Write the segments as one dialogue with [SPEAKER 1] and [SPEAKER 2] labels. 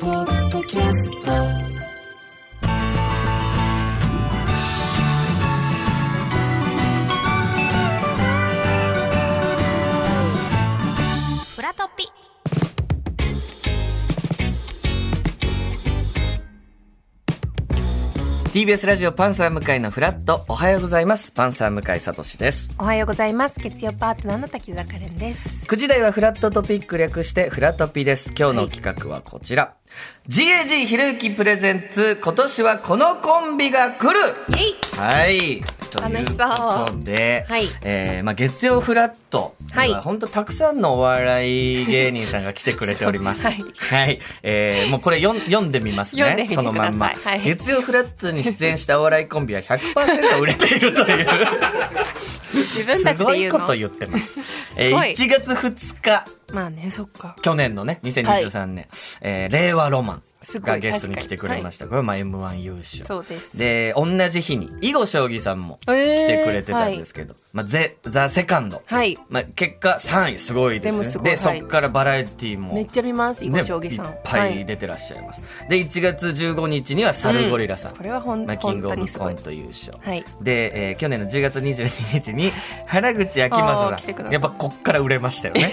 [SPEAKER 1] ポッドキャスト
[SPEAKER 2] フラトピ
[SPEAKER 3] す TBS ラジオパンサー向井のフラットおはようございますパンサー向井聡です
[SPEAKER 2] おはようございます月曜パートナーの滝沢カレンです
[SPEAKER 3] 9時台はフラットトピック略してフラトピです今日の企画はこちら、GAG ひろゆきプレゼンツ今年はこのコンビが来るはい。とい
[SPEAKER 2] 楽し
[SPEAKER 3] う
[SPEAKER 2] そう
[SPEAKER 3] ことで、
[SPEAKER 2] はい
[SPEAKER 3] えーまあ、月曜フラット
[SPEAKER 2] はい
[SPEAKER 3] には本当たくさんのお笑い芸人さんが来てくれております。
[SPEAKER 2] は
[SPEAKER 3] はいい、えーもうこれ読ん読んでみます
[SPEAKER 2] 読んで
[SPEAKER 3] ね。
[SPEAKER 2] みて
[SPEAKER 3] そのまんま、
[SPEAKER 2] くださいはい
[SPEAKER 3] 月曜フラットに出演したお笑いコンビは100%売れていると いう。
[SPEAKER 2] 自分た
[SPEAKER 3] す
[SPEAKER 2] ち
[SPEAKER 3] ご
[SPEAKER 2] で
[SPEAKER 3] い
[SPEAKER 2] 言う
[SPEAKER 3] こ
[SPEAKER 2] の
[SPEAKER 3] と言ってます。え
[SPEAKER 2] すごい
[SPEAKER 3] ー、1月2日。
[SPEAKER 2] まあねそっか
[SPEAKER 3] 去年のね、2023年、えー令和ロマン
[SPEAKER 2] すごい
[SPEAKER 3] がゲストに来てくれました。これ、まあ、M1 優勝。
[SPEAKER 2] そうです
[SPEAKER 3] で、同じ日に、囲碁将棋さんも来
[SPEAKER 2] えー
[SPEAKER 3] てくれてたんですけど、まあ、ゼ、ザ・セカンド。
[SPEAKER 2] はい
[SPEAKER 3] まあ、結果3位、すごいですよ
[SPEAKER 2] でもす
[SPEAKER 3] ね。
[SPEAKER 2] ごい
[SPEAKER 3] で、そ
[SPEAKER 2] はい
[SPEAKER 3] っからバラエティーも。
[SPEAKER 2] めっちゃ見ます囲碁
[SPEAKER 3] ね
[SPEAKER 2] 将棋さん、
[SPEAKER 3] いっぱい
[SPEAKER 2] は
[SPEAKER 3] 出てらっしゃいます。で、1月15日にはサルゴリラさん。
[SPEAKER 2] うんこれはほん
[SPEAKER 3] まあキングオ
[SPEAKER 2] 本当に
[SPEAKER 3] ブ
[SPEAKER 2] すご
[SPEAKER 3] コ
[SPEAKER 2] い
[SPEAKER 3] ント優勝。
[SPEAKER 2] はい
[SPEAKER 3] で、えー去年の10月22日に原口あき
[SPEAKER 2] あー
[SPEAKER 3] ま
[SPEAKER 2] 来
[SPEAKER 3] さ
[SPEAKER 2] てく
[SPEAKER 3] さ
[SPEAKER 2] ださ
[SPEAKER 3] ん。
[SPEAKER 2] い
[SPEAKER 3] やっぱこっから売れましたよね。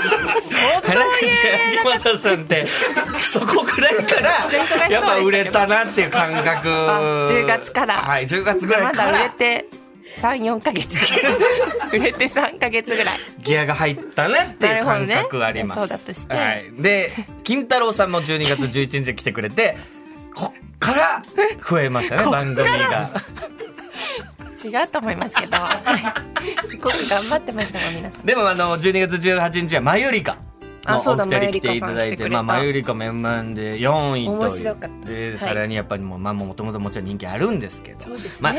[SPEAKER 3] 原口あきまささんって、そこぐらいから
[SPEAKER 2] 忙しそうでしたけ、ど
[SPEAKER 3] やっぱ売れたなっていう感覚。
[SPEAKER 2] あ10月から
[SPEAKER 3] はい、10月ぐら
[SPEAKER 2] ま
[SPEAKER 3] いか
[SPEAKER 2] だ売れ
[SPEAKER 3] ら。
[SPEAKER 2] て34か月 売れて3か月ぐらい
[SPEAKER 3] ギアが入ったなっていう感
[SPEAKER 2] なるほど
[SPEAKER 3] 覚
[SPEAKER 2] ね
[SPEAKER 3] あります。
[SPEAKER 2] そうだとして
[SPEAKER 3] はい。で、金太郎さんも12月11日に来てくれて、こっから増えま したね、番組が。
[SPEAKER 2] 違うと思いますけどはいすごく頑張ってますよ皆さん
[SPEAKER 3] でもあの12月18日はマユリカの
[SPEAKER 2] あそうだ
[SPEAKER 3] お二人来ていただ
[SPEAKER 2] マユ
[SPEAKER 3] い
[SPEAKER 2] リカさん来てく
[SPEAKER 3] て
[SPEAKER 2] れた
[SPEAKER 3] まあマユリカも m 1で4位という
[SPEAKER 2] 面白かった
[SPEAKER 3] で
[SPEAKER 2] い
[SPEAKER 3] さらにやっぱりもうまあもともともちろん人気あるんですけど
[SPEAKER 2] そうですね
[SPEAKER 3] まあ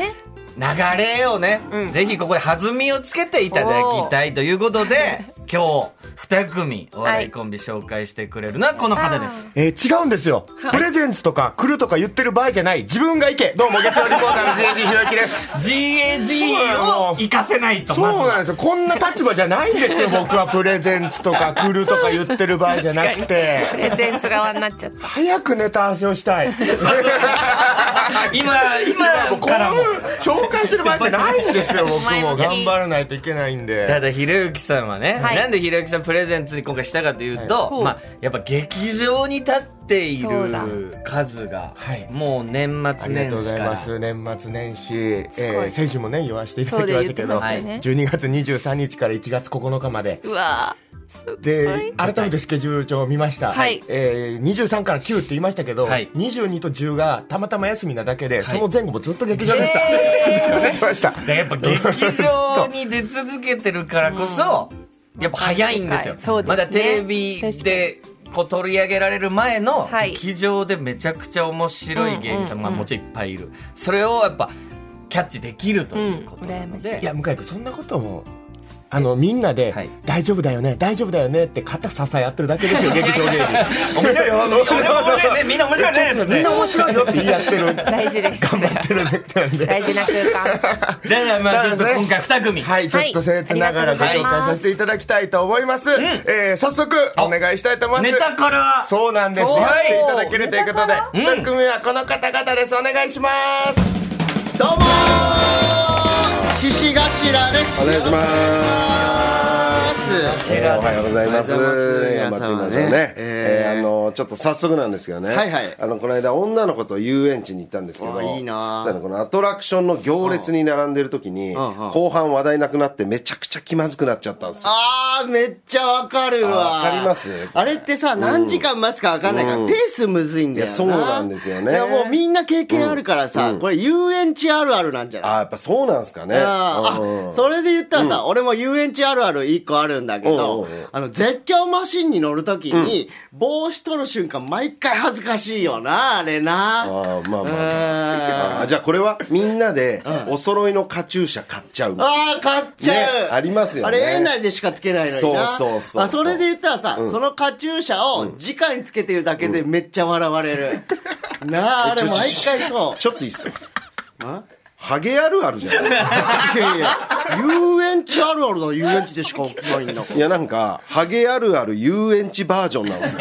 [SPEAKER 3] 流れをね、
[SPEAKER 2] うん
[SPEAKER 3] ぜひここで弾みをつけていただきたいということで 今日2組お笑いコンビ紹介してくれるのはこの方です、
[SPEAKER 4] えー違うんですよ、プレゼンツとか来るとか言ってる場合じゃない自分が行けどうも月曜リポーターの GG ひろゆきです
[SPEAKER 3] GAG を生かせないと
[SPEAKER 4] そう
[SPEAKER 3] ま
[SPEAKER 4] なんですよこんな立場じゃないんです よ僕はプレゼンツとか来るとか言ってる場合じゃなく
[SPEAKER 2] プ
[SPEAKER 4] て
[SPEAKER 2] レゼンツ側になっちゃった
[SPEAKER 4] 早くネタ合わせをしたいもう
[SPEAKER 3] ず今今
[SPEAKER 4] こ
[SPEAKER 3] から
[SPEAKER 4] う
[SPEAKER 3] も
[SPEAKER 4] いう紹介してる場合じゃないん ですよ僕
[SPEAKER 2] 前
[SPEAKER 4] も
[SPEAKER 2] 向き
[SPEAKER 4] 頑張らないといけないん
[SPEAKER 3] た
[SPEAKER 4] で
[SPEAKER 3] だひろゆきさんはね、
[SPEAKER 2] はい
[SPEAKER 3] なんでひろゆきさんプレゼンツに今回したかというと、
[SPEAKER 2] はい
[SPEAKER 3] まあ、やっぱ劇場に立ってい
[SPEAKER 2] そうだ
[SPEAKER 3] る数が、
[SPEAKER 4] はい
[SPEAKER 3] もう年
[SPEAKER 4] あ
[SPEAKER 3] 末
[SPEAKER 4] りが
[SPEAKER 3] 年
[SPEAKER 4] とうご
[SPEAKER 3] 始
[SPEAKER 4] ざい
[SPEAKER 3] か
[SPEAKER 4] ま
[SPEAKER 3] ら
[SPEAKER 4] す年末年始、え
[SPEAKER 2] すごい
[SPEAKER 4] ー、先週もね言わせていただきましたけど、
[SPEAKER 2] そうで言ってました
[SPEAKER 4] 12月23日から1月9日まで
[SPEAKER 2] うわーすごい
[SPEAKER 4] で、改めてスケジュール帳を見ました、
[SPEAKER 2] はい
[SPEAKER 4] えー、23から9って言いましたけど、
[SPEAKER 3] はい
[SPEAKER 4] 22と10がたまたま休みなだけで、
[SPEAKER 3] い
[SPEAKER 4] その前後もずっと劇場でした、ずっ とやってました
[SPEAKER 3] でやっぱ劇 場に出続けてるからこそ、やっぱ早いんですよ、
[SPEAKER 2] そうで
[SPEAKER 3] ま
[SPEAKER 2] すね
[SPEAKER 3] だテレビでこう取り上げられる前の
[SPEAKER 2] はい
[SPEAKER 3] 劇場でめちゃくちゃ面白い芸人さん、
[SPEAKER 2] うんうんうん
[SPEAKER 3] まあ、もちろんいっぱいいるそれをやっぱキャッチできるということなの
[SPEAKER 2] うん羨ま
[SPEAKER 3] で、
[SPEAKER 2] し
[SPEAKER 4] いや向井君そんなこともあのみんなで、
[SPEAKER 3] はい
[SPEAKER 4] 大丈夫だよね大丈夫だよね」って肩支え合ってるだけですよ劇場芸人
[SPEAKER 3] 面白 いよみんな面白いねみんな面白いね
[SPEAKER 4] みんな面白いよって言い合ってる
[SPEAKER 2] 大事です
[SPEAKER 4] 頑張ってるねってなんで
[SPEAKER 2] 大事な空
[SPEAKER 3] だ
[SPEAKER 2] 間
[SPEAKER 3] からまあちょっ
[SPEAKER 4] だ
[SPEAKER 3] と
[SPEAKER 4] からね
[SPEAKER 3] 今回2組、
[SPEAKER 4] はい、ちょっと僭越ながらご紹介させていただきたいと思います。えー早速、お願いしたいと思います。
[SPEAKER 3] ネタから
[SPEAKER 4] そうなんです。
[SPEAKER 3] おー
[SPEAKER 4] やっていただけるということで、
[SPEAKER 3] ネタから
[SPEAKER 4] 2組目はこの方々です。お願いします。
[SPEAKER 5] どうもー獅子頭です
[SPEAKER 6] お願いします
[SPEAKER 5] す
[SPEAKER 6] おはようございます
[SPEAKER 5] おはようございます
[SPEAKER 6] 頑張っていきましょう
[SPEAKER 5] 皆様ね
[SPEAKER 6] ね
[SPEAKER 5] え
[SPEAKER 6] え
[SPEAKER 5] ー
[SPEAKER 6] ーあのちょっと早速なんですけどね
[SPEAKER 5] はいはい
[SPEAKER 6] あのこの間女の子と遊園地に行ったんですけど
[SPEAKER 5] あいいなー
[SPEAKER 6] だからこのアトラクションの行列に並んでる時に
[SPEAKER 5] んうん
[SPEAKER 6] 後半話題なくなってめちゃくちゃ気まずくなっちゃったんですよ
[SPEAKER 5] あーめっちゃわかるわ
[SPEAKER 6] あわかります
[SPEAKER 5] あれってさ何時間待つかわかんないから、
[SPEAKER 6] うん
[SPEAKER 5] ペースむずいんだよ
[SPEAKER 6] いやそうなんですよね
[SPEAKER 5] いやもうみんな経験あるからさ、これ遊園地あるあるなんじゃない
[SPEAKER 6] あーやっぱそうなんですかね
[SPEAKER 5] あーあ
[SPEAKER 6] うん
[SPEAKER 5] それで言ったらさ、俺も遊園地あるある一個あるんるんだけ
[SPEAKER 6] おうお
[SPEAKER 5] ど
[SPEAKER 6] うおう、
[SPEAKER 5] あの、絶叫マシンに乗るときに、帽子取る瞬間、毎回恥ずかしいよな、あれ
[SPEAKER 6] あ
[SPEAKER 5] な。
[SPEAKER 6] あまあまあまあ
[SPEAKER 5] あ
[SPEAKER 6] あじゃあこれはみんなでお揃いのカチューシャ買っちゃう
[SPEAKER 5] あー、買っちゃう、
[SPEAKER 6] ねありますよね
[SPEAKER 5] あれ、園内でしかつけないのにな。
[SPEAKER 6] そうそうそうそう
[SPEAKER 5] あ、それで言ったらさ、そのカチューシャを直につけてるだけでめっちゃ笑わ れる。なあ、あれ毎回そう。
[SPEAKER 6] ちょっといいっすか ハゲあるあるじゃない
[SPEAKER 5] いやいや、遊園地あるあるだろ、遊園地でしか起きないんだから
[SPEAKER 6] いやなんかハゲあるある遊園地バージョンなん ですよ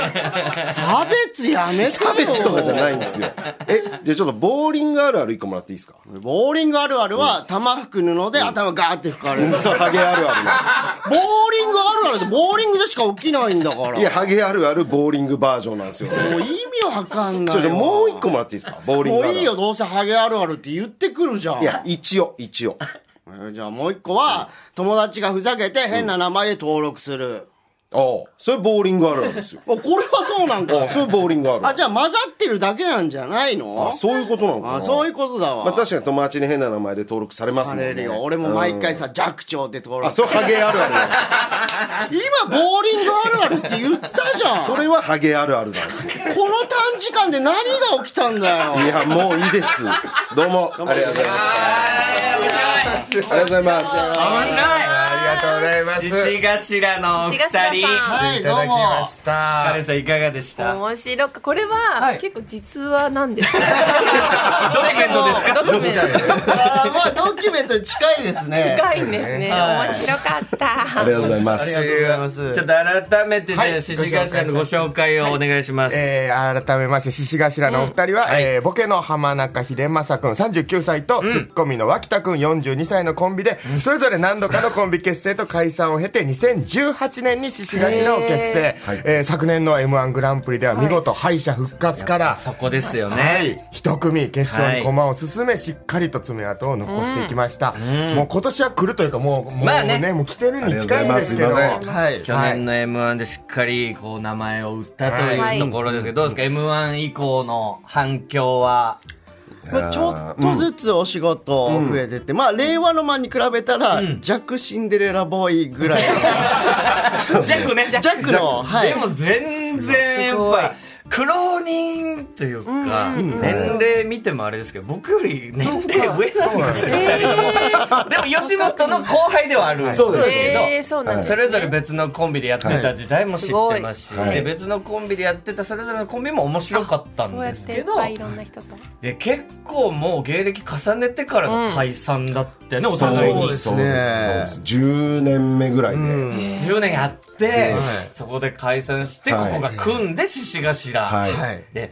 [SPEAKER 5] 差別やめてよ
[SPEAKER 6] 差別とかじゃないんですよえじゃあちょっとボーリングあるある一個もらっていいですか
[SPEAKER 5] ボーリングあるあるは玉吹く布で頭ガーって吹かれる、ボー
[SPEAKER 6] そうハゲあるあるなんですよ
[SPEAKER 5] リングあるあるでボーリングでしか起きないんだから
[SPEAKER 6] いや、ハゲあるあるボーリングバージョンなんですよ。
[SPEAKER 5] もう意味わかんない
[SPEAKER 6] ちょ、
[SPEAKER 5] わ
[SPEAKER 6] ちょ、もう一個もらっていいですかボーリン
[SPEAKER 5] も
[SPEAKER 6] グある
[SPEAKER 5] う
[SPEAKER 6] ある
[SPEAKER 5] いいよどうせハゲあるあるって言ってくるじゃん
[SPEAKER 6] いや、一応、一応。
[SPEAKER 5] えーじゃあもう一個は、友達がふざけて変な名前で登録する、
[SPEAKER 6] おうそれボーリングあるあるですよ。
[SPEAKER 5] あこれはそうなん
[SPEAKER 6] おう
[SPEAKER 5] か
[SPEAKER 6] それボーリングあるあ
[SPEAKER 5] あ
[SPEAKER 6] る。
[SPEAKER 5] じゃあ混ざってるだけなんじゃないの
[SPEAKER 6] あ、そういうことなのかな。
[SPEAKER 5] あそういううことだわ、
[SPEAKER 6] まあ、確かに友達に変な名前で登録されますも
[SPEAKER 5] さ
[SPEAKER 6] んね。
[SPEAKER 5] れるよ俺も毎回さ弱聴って登
[SPEAKER 6] あ、
[SPEAKER 5] 録
[SPEAKER 6] それハゲあるあるなんですよ。
[SPEAKER 5] 今ボーリングあるあるって言ったじゃん
[SPEAKER 6] それはハゲあるあるなんですよ。
[SPEAKER 5] この短時間で何が起きたんだよ
[SPEAKER 6] いや、もういいです。どうも、ありがとうございます。ありがとうございます。
[SPEAKER 4] ありがとうございます。
[SPEAKER 3] 獅子頭のお二人
[SPEAKER 2] 獅子頭さ
[SPEAKER 5] はいいど
[SPEAKER 4] ただ
[SPEAKER 5] う
[SPEAKER 4] き
[SPEAKER 5] も
[SPEAKER 4] ました。
[SPEAKER 3] カレンさんいかがでした
[SPEAKER 2] 面白くこれは、
[SPEAKER 4] はい
[SPEAKER 2] 結構実話なんですドキ
[SPEAKER 3] キュメントですか
[SPEAKER 2] ドキュメント
[SPEAKER 5] あーまあドキュメントに近いですね
[SPEAKER 2] 深いんですね面白かった
[SPEAKER 6] ありがとうございま
[SPEAKER 4] あり
[SPEAKER 6] す
[SPEAKER 4] が。とうございます。
[SPEAKER 3] ちょっと改めてじ
[SPEAKER 4] は
[SPEAKER 3] ゃあ
[SPEAKER 4] い
[SPEAKER 3] 獅子頭のご紹介をお願いします。
[SPEAKER 4] えー改めまして獅子頭のお二人は、えーボケの浜中秀正君39歳と、ツッコミの脇田君42歳のコンビで、それぞれ何度かのコンビ結成と解散を経て2018年に獅子頭を結成、えー昨年の m 1グランプリでは見事敗者復活から、
[SPEAKER 3] そこですよね。
[SPEAKER 4] はい、一組決勝に駒を進め、しっかりと爪痕を残していきました、もう今年は来るというかもうもう、
[SPEAKER 3] まあね
[SPEAKER 4] もう来てるに近いんですけど
[SPEAKER 6] ありがとうございますすいません
[SPEAKER 4] はい
[SPEAKER 3] 去年の m 1でしっかりこう名前を売ったと
[SPEAKER 2] はい
[SPEAKER 3] いうところですけど、どうですか m 1以降の反響は
[SPEAKER 5] まあちょっとずつお仕事増えてって、まあ令和の間に比べたら、弱シンデレラボーイぐ らい
[SPEAKER 3] 弱ね弱
[SPEAKER 5] 弱のはい
[SPEAKER 3] でも全然やっぱ苦労人というか、年齢見てもあれですけど僕より年齢上なんですよでも吉本の後輩ではあるんですけど、
[SPEAKER 6] そうです
[SPEAKER 2] えー、そうなんです、ね、
[SPEAKER 3] それぞれ別のコンビでやってた時代も知ってますし、で別のコンビでやってたそれぞれのコンビも面白かったん
[SPEAKER 2] そうや
[SPEAKER 3] で
[SPEAKER 2] っ
[SPEAKER 3] す
[SPEAKER 2] てい
[SPEAKER 3] け
[SPEAKER 2] っ
[SPEAKER 3] ど
[SPEAKER 2] ぱいいろんな人と
[SPEAKER 3] で結構もう芸歴重ねてからの解散だってね、お互いに
[SPEAKER 6] そうです。そうです10年目ぐらいで。
[SPEAKER 3] 10年やって、そこで解散して、
[SPEAKER 6] はい
[SPEAKER 3] ここが組んで獅子頭、
[SPEAKER 6] はい。
[SPEAKER 4] はい
[SPEAKER 3] で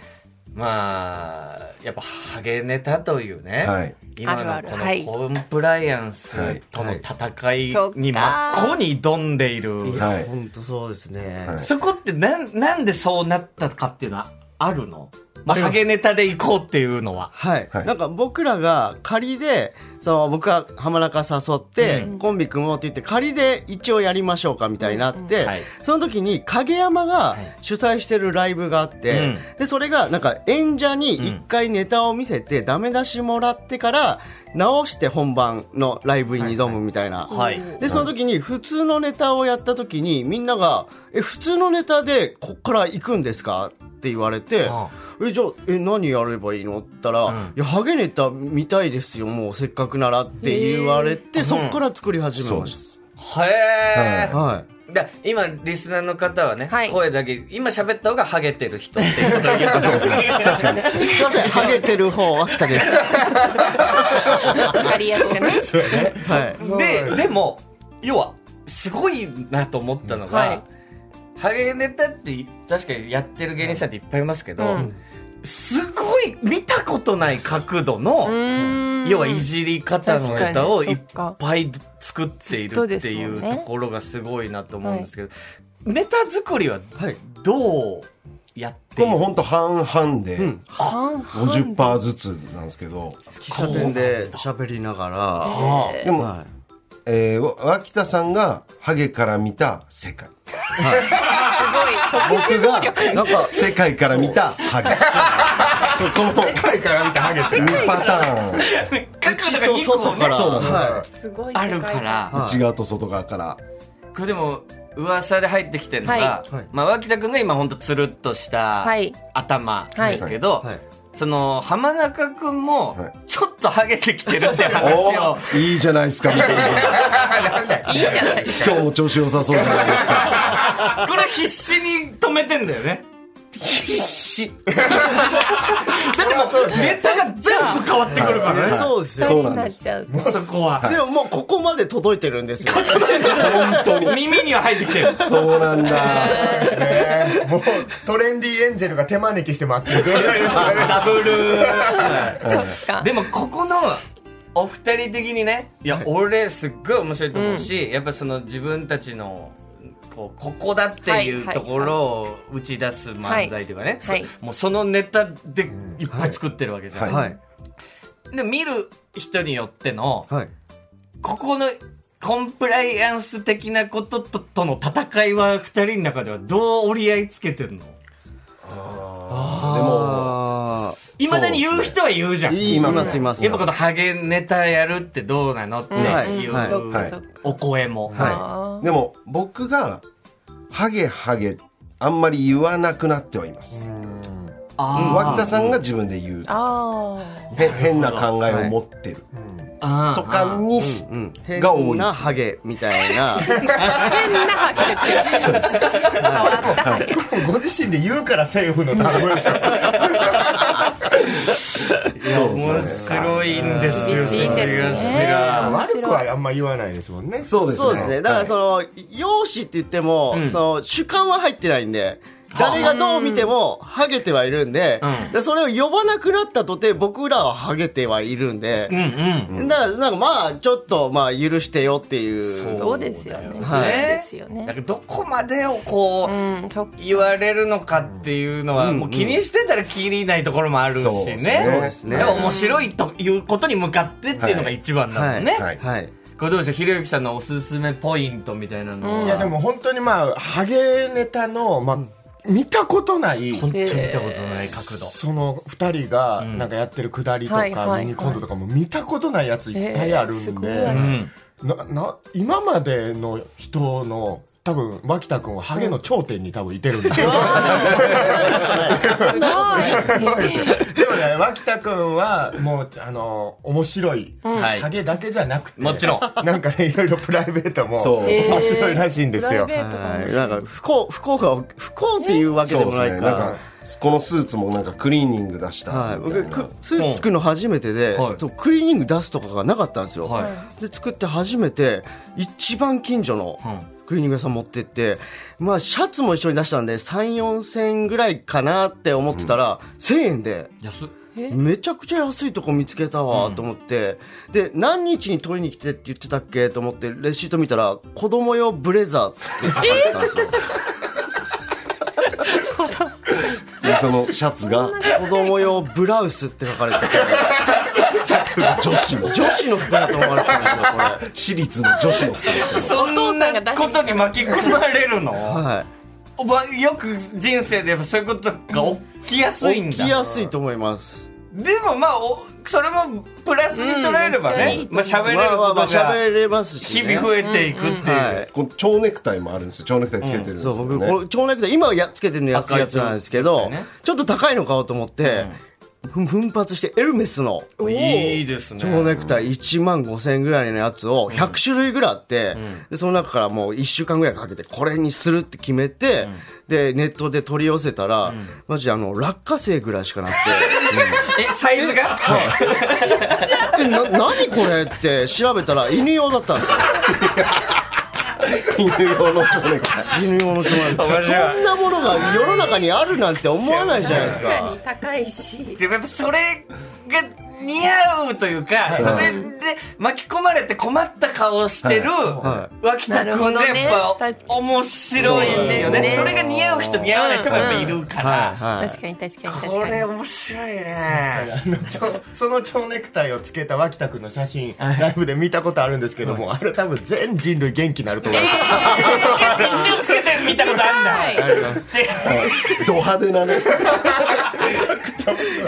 [SPEAKER 3] まあやっぱハゲネタというね、
[SPEAKER 6] はい
[SPEAKER 3] 今
[SPEAKER 2] あ
[SPEAKER 3] の
[SPEAKER 2] る
[SPEAKER 3] こ
[SPEAKER 2] あるはい
[SPEAKER 3] のコンプライアンスとの戦いに真
[SPEAKER 2] はい
[SPEAKER 3] っ向に挑んでいる、
[SPEAKER 6] はい。
[SPEAKER 5] 本当そうですね、
[SPEAKER 3] そこってなんなんでそうなったかっていうのはあるの、まあ、ハゲネタで行こうっていうのは。
[SPEAKER 5] はい、
[SPEAKER 6] はい
[SPEAKER 5] なんか僕らが仮でその僕は浜中誘って、コンビ組もうって言って仮で一応やりましょうかみたいになって、
[SPEAKER 3] うんはい
[SPEAKER 5] その時に影山が
[SPEAKER 3] い
[SPEAKER 5] 主催してるライブがあって、でそれがなんか演者に一回ネタを見せて、ダメ出しもらってから直して本番のライブに挑むみたいな、
[SPEAKER 3] はい
[SPEAKER 5] でその時に普通のネタをやった時にみんなが「え普通のネタでこっから行くんですか?」って言われて
[SPEAKER 3] あ
[SPEAKER 5] 「えじゃあえ何やればいいの?」って言ったら「いやハゲネタ見たいですよもうせっかくなら」って言われてそっから作り始めまし
[SPEAKER 3] へー
[SPEAKER 5] た、はい
[SPEAKER 3] だ今リスナーの方はね、
[SPEAKER 2] はい
[SPEAKER 3] 声だけ今喋った方がハゲてる人っていうことを言うと確かに
[SPEAKER 5] すいませんハゲてる方秋田です、
[SPEAKER 2] 分かりやすくね
[SPEAKER 5] はい、
[SPEAKER 3] ででも要はすごいなと思ったのが、
[SPEAKER 2] はい
[SPEAKER 3] ハゲネタって確かにやってる芸人さんっていっぱいいますけど、
[SPEAKER 2] うん
[SPEAKER 3] すごい見たことない角度の、要はいじり方のネタをいっぱい作っているっていうところがすごいなと思うんですけど、ネタ作りは
[SPEAKER 5] はい、
[SPEAKER 3] どうやって
[SPEAKER 6] こ
[SPEAKER 3] い
[SPEAKER 6] れも
[SPEAKER 3] る
[SPEAKER 6] 本当半々で、
[SPEAKER 2] 半々
[SPEAKER 6] 50%ずつなんですけど、
[SPEAKER 5] 喫茶店で喋りながら、
[SPEAKER 6] でも、
[SPEAKER 5] はい
[SPEAKER 6] えーわ脇田さんがハゲから見た世界僕 がなんか世界から見たハゲこの 世界から見たハゲ2パター
[SPEAKER 3] 角度が2個
[SPEAKER 5] 外から、
[SPEAKER 3] ね
[SPEAKER 6] ン、
[SPEAKER 5] は
[SPEAKER 2] すごい
[SPEAKER 3] あるから
[SPEAKER 6] 内側と外側から
[SPEAKER 3] これでも噂で入ってきてるのが、
[SPEAKER 5] はい
[SPEAKER 3] まあ、脇田君が今本当つるっとした
[SPEAKER 2] はい
[SPEAKER 3] 頭ですけど、
[SPEAKER 5] はい
[SPEAKER 3] その浜中君も
[SPEAKER 6] はい
[SPEAKER 3] ちょっとハゲてきてるって話を、
[SPEAKER 6] おいいじゃないですか、三谷
[SPEAKER 2] いいじゃないです
[SPEAKER 6] さん今日も調子良さそうじゃない ですか。
[SPEAKER 3] これ必死に止めてんだよね
[SPEAKER 6] 必 死。
[SPEAKER 3] ネタが全部変わってくるからね
[SPEAKER 5] そうですよ。
[SPEAKER 6] そう
[SPEAKER 2] か。
[SPEAKER 6] なん
[SPEAKER 2] なっ
[SPEAKER 6] です。
[SPEAKER 2] ちゃう。
[SPEAKER 3] そこは
[SPEAKER 5] でももうここまで届いてるんですよ。
[SPEAKER 6] 本当に。
[SPEAKER 3] 耳には入ってきてる
[SPEAKER 6] そうなんだ。
[SPEAKER 4] ねもうトレンディエンジェルが手招きして 待ってる状態ですからね
[SPEAKER 3] ダブル
[SPEAKER 2] そっか。
[SPEAKER 3] でもここのお二人的にねいや、俺すっごい面白いと思うし、やっぱその自分たちのこうここだっていう
[SPEAKER 2] はい
[SPEAKER 3] ところを打ち出す漫才とかね、
[SPEAKER 2] はいはい
[SPEAKER 3] そもうそのネタでいっぱい作ってるわけじゃん、
[SPEAKER 6] はい
[SPEAKER 5] はい。
[SPEAKER 3] で見る人によっての
[SPEAKER 5] はい。
[SPEAKER 3] ここのコンプライアンス的なことととの戦いは二人の中ではどう折り合いつけてるの
[SPEAKER 6] でも、
[SPEAKER 5] あ
[SPEAKER 3] いまだに言う人は言うじゃん、
[SPEAKER 5] ーいいい
[SPEAKER 6] 今
[SPEAKER 5] ますいます。
[SPEAKER 3] やっぱこのハゲネタやるってどうなのっていう、
[SPEAKER 5] はい
[SPEAKER 2] そっか
[SPEAKER 6] はい
[SPEAKER 2] そっか
[SPEAKER 3] お声も、
[SPEAKER 6] はい
[SPEAKER 2] あー
[SPEAKER 6] でも僕が、ハゲハゲ、あんまり言わなくなってはいます。
[SPEAKER 3] あー
[SPEAKER 6] 脇田さんが自分で言う。
[SPEAKER 2] あ
[SPEAKER 6] へ変な考えを持ってる。
[SPEAKER 3] あー
[SPEAKER 6] とかにし、
[SPEAKER 5] うん、
[SPEAKER 6] が多いです
[SPEAKER 5] 変なハゲみたいな。
[SPEAKER 2] ー。変なハゲって。
[SPEAKER 4] ご自身で言うからセーフの単語です よ
[SPEAKER 6] そう
[SPEAKER 3] 面
[SPEAKER 6] ですね。
[SPEAKER 3] 白いんですよ
[SPEAKER 2] 厳しいですね
[SPEAKER 3] それが
[SPEAKER 4] 悪くはあんま言わないですもんね
[SPEAKER 6] そうですね。
[SPEAKER 5] そうですね。だからその、容姿って言っても、
[SPEAKER 3] うん
[SPEAKER 5] その主観は入ってないんで、誰がどう見ても、ハゲてはいるんで、
[SPEAKER 3] うん
[SPEAKER 5] でそれを呼ばなくなったとて、僕らはハゲてはいるんで、
[SPEAKER 3] うんうん
[SPEAKER 5] だから、なんかまあ、ちょっと、まあ、許してよっていう。
[SPEAKER 2] そうですよね。
[SPEAKER 5] はい
[SPEAKER 2] そうですよ
[SPEAKER 3] だ
[SPEAKER 2] ね。
[SPEAKER 3] からどこまでをこう、
[SPEAKER 2] うん、そっか。
[SPEAKER 3] 言われるのかっていうのは、
[SPEAKER 5] うん
[SPEAKER 3] もう気にしてたら気にないところもあるし
[SPEAKER 6] そうです
[SPEAKER 3] ね
[SPEAKER 6] ね
[SPEAKER 5] そうですね
[SPEAKER 3] だから面白いということに向かってっていうのが一番なのね、
[SPEAKER 6] はい
[SPEAKER 5] はい。
[SPEAKER 3] これどうでしょうひろゆきさんのおすすめポイントみたいなのは、
[SPEAKER 2] うん
[SPEAKER 4] いやでも本当にまあハゲネタの、まあ、見たことない
[SPEAKER 3] 本当に見たことない角度、
[SPEAKER 4] その2人がなんかやってるくだりとか、
[SPEAKER 2] はいはい
[SPEAKER 4] ミニコントとかも見たことないやついっぱいあるんで、
[SPEAKER 2] えーすごい
[SPEAKER 3] うん
[SPEAKER 4] なな今までの人の多分脇田君はハゲの頂点に多分いてるんですよ、
[SPEAKER 2] すごい。
[SPEAKER 4] でもね脇田君はもうあの面白い、
[SPEAKER 3] はい
[SPEAKER 4] ハゲだけじゃなくて
[SPEAKER 3] もちろん
[SPEAKER 4] なんかねいろいろプライベートも
[SPEAKER 6] そう
[SPEAKER 2] えー
[SPEAKER 4] 面白いらしいんですよ、
[SPEAKER 2] プライベートか
[SPEAKER 5] は
[SPEAKER 2] もし
[SPEAKER 5] い。
[SPEAKER 2] れ
[SPEAKER 5] なんか、不幸、不幸が、不幸っていうわけ
[SPEAKER 6] そ
[SPEAKER 5] で
[SPEAKER 6] うで
[SPEAKER 5] も
[SPEAKER 6] す
[SPEAKER 5] な
[SPEAKER 6] ね。
[SPEAKER 5] いか
[SPEAKER 6] なん
[SPEAKER 5] ら。
[SPEAKER 6] か、このスーツもなんかクリーニング出した。
[SPEAKER 5] はい、
[SPEAKER 6] みたい
[SPEAKER 5] 僕
[SPEAKER 6] な
[SPEAKER 5] くスーツ作るの初めてで、
[SPEAKER 3] はい
[SPEAKER 5] そうクリーニング出すとかがなかったんですよ、
[SPEAKER 3] は
[SPEAKER 5] で作って初めて一番近所のクリーニング屋さん持ってって、まあシャツも一緒に出したんで34千ぐらいかなって思ってたら、1000円で
[SPEAKER 3] 安っ
[SPEAKER 2] え
[SPEAKER 5] めちゃくちゃ安いとこ見つけたわと思って、で何日に取りに来てって言ってたっけと思ってレシート見たら子供用ブレザーって書かれてたんですよ
[SPEAKER 6] でそのシャツが
[SPEAKER 5] 子供用ブラウスって書かれてて
[SPEAKER 6] 女子の
[SPEAKER 5] 女子の服だと思われてたんですよこれ。
[SPEAKER 6] 私立の女子の服だった
[SPEAKER 3] そんなことに巻き込まれるの、
[SPEAKER 5] はい
[SPEAKER 3] おばよく人生でやっぱそういうことが起きやすいん
[SPEAKER 5] 起き
[SPEAKER 3] だ
[SPEAKER 5] やすいと思います。
[SPEAKER 3] でもまあおそれもプラスに捉えればね、
[SPEAKER 2] うん
[SPEAKER 3] まあ喋れる
[SPEAKER 5] まあまあ
[SPEAKER 3] こ
[SPEAKER 5] まあ
[SPEAKER 3] とが
[SPEAKER 5] 喋れますし、
[SPEAKER 3] 日
[SPEAKER 5] ね。
[SPEAKER 3] 々増えていくっていう、
[SPEAKER 5] はい。
[SPEAKER 6] この蝶ネクタイもあるんですよ蝶ネクタイつけてるんです
[SPEAKER 5] そ
[SPEAKER 6] よ、
[SPEAKER 5] う
[SPEAKER 6] ね
[SPEAKER 5] 僕これ蝶ネクタイ今やっつけてるの安いやつなんですけ
[SPEAKER 3] 赤
[SPEAKER 5] ど、
[SPEAKER 3] い蝶ネクタイね
[SPEAKER 5] ちょっと高いの買おうと思って、ふん奮発してエルメスの
[SPEAKER 2] お
[SPEAKER 3] いい
[SPEAKER 2] ー
[SPEAKER 3] ですね
[SPEAKER 5] 蝶ネクタイ1万5千円ぐらいのやつを100種類ぐらいあって、でその中からもう1週間ぐらいかけてこれにするって決めて、でネットで取り寄せたら、マジであの落花生ぐらいしかなくて。
[SPEAKER 3] えサイズが
[SPEAKER 5] えな何これって調べたら犬用だったんですよ
[SPEAKER 6] 犬用の蝶ネク タイ
[SPEAKER 5] 犬用の友
[SPEAKER 3] 面
[SPEAKER 5] 達
[SPEAKER 3] 白い
[SPEAKER 5] そんなものが世の中にあるなんて思わないじゃないです
[SPEAKER 2] 確か
[SPEAKER 5] か
[SPEAKER 2] に高いし。
[SPEAKER 3] でもやっぱそれが似合うというか、それで巻き込まれて困った顔をしてる、
[SPEAKER 5] は
[SPEAKER 3] 脇田君がやっぱ
[SPEAKER 2] なるほどね
[SPEAKER 3] 面白いんだよね
[SPEAKER 2] そうですね
[SPEAKER 3] それが似合う人似合わない人がやっぱいるから、
[SPEAKER 5] はいはい
[SPEAKER 2] 確かに確かに
[SPEAKER 3] こ
[SPEAKER 2] 確か
[SPEAKER 3] れ
[SPEAKER 2] に。
[SPEAKER 3] 面白いね
[SPEAKER 4] あのちょその蝶ネクタイをつけた脇田君の写真ライブで見たことあるんですけども、あれ多分全人類元気になると思います、
[SPEAKER 3] 一応つけてみたことあるんだ
[SPEAKER 2] はい。
[SPEAKER 6] ド派手なね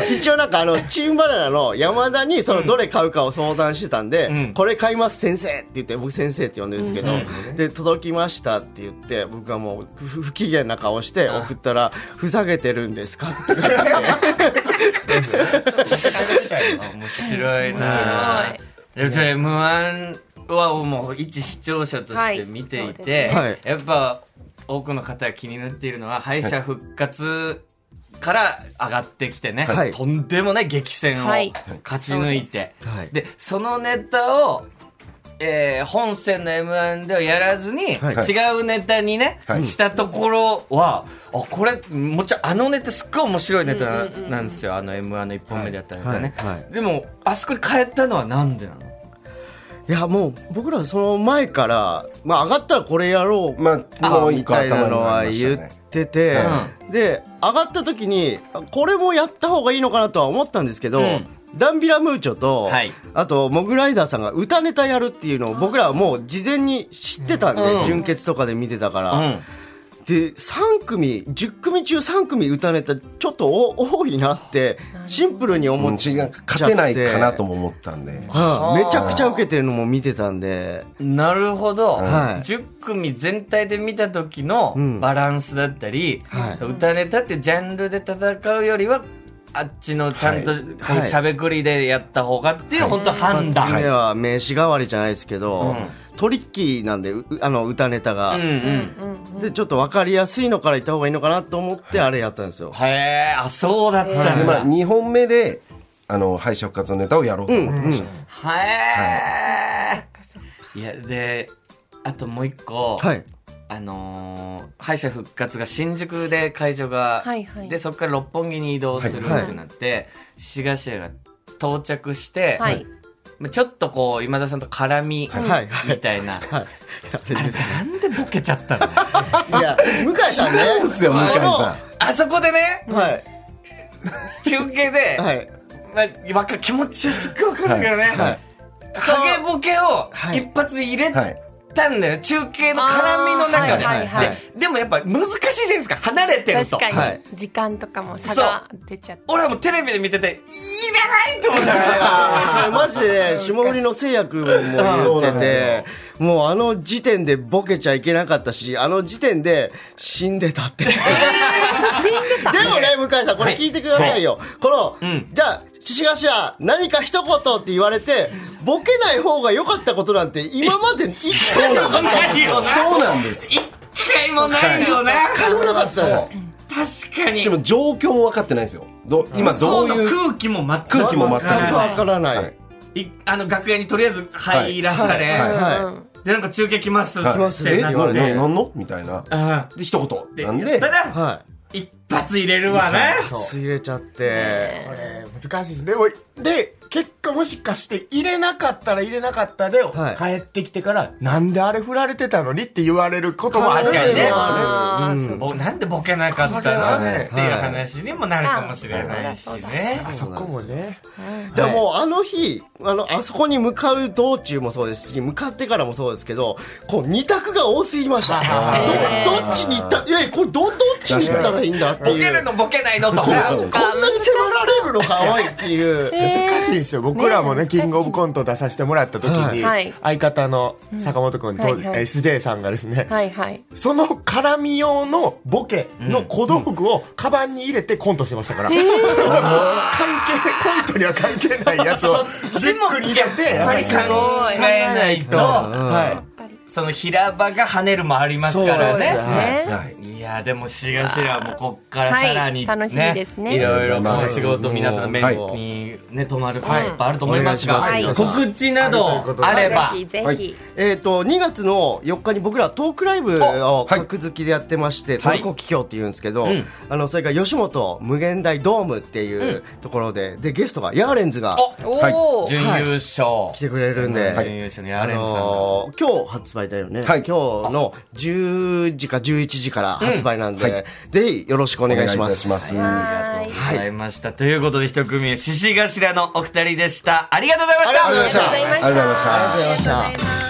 [SPEAKER 5] 一応なんかあのチームバナナの山田にそのどれ買うかを相談してたんで、
[SPEAKER 3] うん
[SPEAKER 5] これ買います先生って言って僕先生って呼んでるんですけど、で届きましたって言って僕はもう不不機嫌な顔して送ったらふざけてるんですかって言って
[SPEAKER 3] 面白いな
[SPEAKER 2] 面
[SPEAKER 3] でもじゃあ m 1はもう一視聴者として見ていて、
[SPEAKER 5] はいそうです
[SPEAKER 3] やっぱ多くの方が気になっているのは敗者復活から上がってきてね、
[SPEAKER 5] はい
[SPEAKER 3] とんでもない激戦を
[SPEAKER 2] はい
[SPEAKER 3] 勝ち抜いて、
[SPEAKER 5] はい
[SPEAKER 3] でそのネタを、えー本戦の m 1ではやらずに、
[SPEAKER 5] はい
[SPEAKER 3] 違うネタにね、
[SPEAKER 6] はい
[SPEAKER 3] したところはあこれもちろんあのネタすっごい面白いネタなんですよ、あの m 1の1本目でやったネタね、
[SPEAKER 5] はいはい
[SPEAKER 3] でもあそこに変えたのはなんでなの
[SPEAKER 5] いやもう僕らその前から、まあ、上がったらこれやろう
[SPEAKER 6] まあ
[SPEAKER 5] も
[SPEAKER 6] も
[SPEAKER 5] う
[SPEAKER 6] う
[SPEAKER 5] み
[SPEAKER 6] 一
[SPEAKER 5] たいなの
[SPEAKER 6] 個頭にあ
[SPEAKER 5] は
[SPEAKER 6] りま
[SPEAKER 5] 言
[SPEAKER 6] し
[SPEAKER 5] った
[SPEAKER 6] ね
[SPEAKER 5] てて、で上がった時にあこれもやった方がいいのかなとは思ったんですけど、
[SPEAKER 3] ん
[SPEAKER 5] ダンビラムーチョと、
[SPEAKER 3] はい
[SPEAKER 5] あとモグライダーさんが歌ネタやるっていうのを僕らはもう事前に知ってたんで、
[SPEAKER 3] うん
[SPEAKER 5] 純潔とかで見てたから、
[SPEAKER 3] うん
[SPEAKER 5] で3組10組中3組歌ネタちょっとお多いなってシンプルに
[SPEAKER 6] もう
[SPEAKER 5] 思っち
[SPEAKER 6] 違
[SPEAKER 5] ゃ
[SPEAKER 6] う
[SPEAKER 5] って
[SPEAKER 6] 勝てないかなとも思ったんで
[SPEAKER 5] はいめちゃくちゃ受けてるのも見てたんで。
[SPEAKER 3] なるほど、
[SPEAKER 5] はい
[SPEAKER 3] 10組全体で見た時の
[SPEAKER 5] うん
[SPEAKER 3] バランスだったり、
[SPEAKER 5] はい
[SPEAKER 3] 歌ネタってジャンルで戦うよりはあっちのちゃんと
[SPEAKER 6] は
[SPEAKER 3] こ
[SPEAKER 6] いう
[SPEAKER 3] しゃべくりでやった方がっていう、本当判断、
[SPEAKER 5] 目は名刺代わりじゃないですけど、トリッキーなんでうあの歌ネタが、
[SPEAKER 3] うんうん
[SPEAKER 5] でちょっと分かりやすいのから言った方がいいのかなと思ってあれやったんですよ、
[SPEAKER 3] へえあそうだったんだ、
[SPEAKER 6] でまあ2本目であの敗者復活のネタをやろうと思ってました、
[SPEAKER 3] はい、いやであともう一個、
[SPEAKER 5] はい
[SPEAKER 3] あのー敗者復活が新宿で会場が、
[SPEAKER 2] はいはい
[SPEAKER 3] でそこから六本木に移動する
[SPEAKER 5] はい
[SPEAKER 3] ってなって獅子頭が到着して、
[SPEAKER 2] はい。
[SPEAKER 3] まあちょっとこう今田さんと絡み
[SPEAKER 5] はい
[SPEAKER 3] みたいな、
[SPEAKER 5] はい
[SPEAKER 3] あれなんでボケちゃったの
[SPEAKER 5] いや向井さんね
[SPEAKER 6] そうですよ向井さ
[SPEAKER 3] あそこでね
[SPEAKER 5] はい
[SPEAKER 3] 中継で、
[SPEAKER 5] はい
[SPEAKER 3] まあ、わか気持ちはすっごいわかるけどね、
[SPEAKER 6] はい
[SPEAKER 3] ハゲボケを
[SPEAKER 5] はい
[SPEAKER 3] 一発入れ
[SPEAKER 6] んはい
[SPEAKER 3] たんだよ、中継の絡みの中で、
[SPEAKER 2] あーはいはい
[SPEAKER 5] はい
[SPEAKER 3] ででもやっぱ難しいじゃないですか離れてると
[SPEAKER 2] 確かに、
[SPEAKER 5] はい
[SPEAKER 2] 時間とかも差が出ちゃって。
[SPEAKER 3] 俺はもうテレビで見てていらないと思ったから
[SPEAKER 5] それ マジでね霜降りの製薬 ももう言っててもうあの時点でボケちゃいけなかったしあの時点で死んでた って
[SPEAKER 2] 死んでた。
[SPEAKER 5] でもね、向井さん、これ聞いてくださいよ。この、
[SPEAKER 3] ん
[SPEAKER 5] じゃあ、獅子頭、何か一言って言われて、ボケない方が良かったことなんて、今まで一回もなかった。
[SPEAKER 3] ないよな
[SPEAKER 6] そうなんです
[SPEAKER 3] 一回もないよな、
[SPEAKER 5] 一回もなかったよ。
[SPEAKER 3] 確かに
[SPEAKER 6] しかも状況も分かってないですよど今ど
[SPEAKER 3] そううの
[SPEAKER 6] いう
[SPEAKER 3] 空気も全く
[SPEAKER 6] 空気も全く
[SPEAKER 5] 全くわからない。
[SPEAKER 6] はい
[SPEAKER 3] いあの楽屋にとりあえず入らされ、
[SPEAKER 6] はいはい
[SPEAKER 5] はい
[SPEAKER 2] うん
[SPEAKER 3] でなんか中継来ますって
[SPEAKER 6] はい
[SPEAKER 3] なっ
[SPEAKER 5] ますね
[SPEAKER 3] て
[SPEAKER 6] え
[SPEAKER 3] な
[SPEAKER 6] な
[SPEAKER 3] っ
[SPEAKER 6] な
[SPEAKER 3] て
[SPEAKER 6] ななんのみたいな
[SPEAKER 3] うん
[SPEAKER 6] で一言なん
[SPEAKER 3] で言っ
[SPEAKER 6] で
[SPEAKER 3] たら
[SPEAKER 5] は
[SPEAKER 3] 一発入れるわね
[SPEAKER 5] い。ついれちゃって。
[SPEAKER 4] これ難しいですでもで結果もしかして入れなかったら入れなかったで、
[SPEAKER 5] はい
[SPEAKER 4] 帰ってきてからなんであれ振られてたのにって言われることもあるんですよ
[SPEAKER 3] 確かにね
[SPEAKER 2] あーそう
[SPEAKER 3] ぼなんでボケなかった
[SPEAKER 4] これは
[SPEAKER 3] の、
[SPEAKER 4] ね
[SPEAKER 3] っていう話にもなるかもしれないしね
[SPEAKER 4] あそこもね
[SPEAKER 5] でも、あの日、あの、あそこに向かう道中もそうですし、向かってからもそうですけど、こう、二択が多すぎました。ど、どっちに行った、いやいや、これ、ど、どっちに行ったらいいんだって
[SPEAKER 3] ボ
[SPEAKER 5] い
[SPEAKER 3] ケる
[SPEAKER 5] う。
[SPEAKER 3] のボケないのと
[SPEAKER 6] そう
[SPEAKER 5] こんなに迫られるのか、おいっていう。
[SPEAKER 4] 難しいんですよ僕らもね
[SPEAKER 2] ね
[SPEAKER 4] キングオブコント出させてもらった時に、
[SPEAKER 2] はい
[SPEAKER 4] 相方の坂本君と、
[SPEAKER 2] はいはい
[SPEAKER 4] SJ さんがですね、
[SPEAKER 2] はいはい。
[SPEAKER 4] その絡み用のボケの小道具をカバンに入れてコントしてましたから、その関係コントには関係ないやつをジックに入れて
[SPEAKER 3] やっぱり考えないと、は
[SPEAKER 2] やっ
[SPEAKER 3] い
[SPEAKER 2] ぱり。
[SPEAKER 3] その平場が跳ねるもありますからね
[SPEAKER 2] ですね。
[SPEAKER 6] はい
[SPEAKER 3] いやでもしがしらもうこっからさらに、ね
[SPEAKER 2] はい楽しみですね
[SPEAKER 3] いろいろこ
[SPEAKER 6] は
[SPEAKER 3] う
[SPEAKER 6] い
[SPEAKER 3] 仕事皆さんの目に、
[SPEAKER 6] は
[SPEAKER 3] ね泊まるパイプあると思いますが、
[SPEAKER 5] お願
[SPEAKER 2] いします
[SPEAKER 3] 告知などあれば
[SPEAKER 2] ぜひぜ
[SPEAKER 6] は
[SPEAKER 2] ひ
[SPEAKER 6] い。
[SPEAKER 5] えっ、と2月の4日に僕らトークライブを
[SPEAKER 6] おはい
[SPEAKER 5] 格付きでやってまして、
[SPEAKER 3] はい
[SPEAKER 5] トルコ企業っていうんですけど、
[SPEAKER 3] うん
[SPEAKER 5] あのそれから吉本無限大ドームっていうところで、でゲストがヤーレンズが
[SPEAKER 3] お
[SPEAKER 2] おお。
[SPEAKER 3] 準優勝、
[SPEAKER 5] 来てくれるんで、
[SPEAKER 3] 準優勝のヤー
[SPEAKER 5] あ
[SPEAKER 3] レンズさんが、
[SPEAKER 5] のー今日発売だよね、
[SPEAKER 6] はい
[SPEAKER 5] 今日の10時か11時から発売なんで、ぜひよろしくお願いします。
[SPEAKER 6] お願いいたします
[SPEAKER 3] ありがとうございました、ということで一組獅子頭のお二人でしたありがとうございました
[SPEAKER 5] ありがとうございました
[SPEAKER 6] ありがとうございました
[SPEAKER 2] ありがとうございます。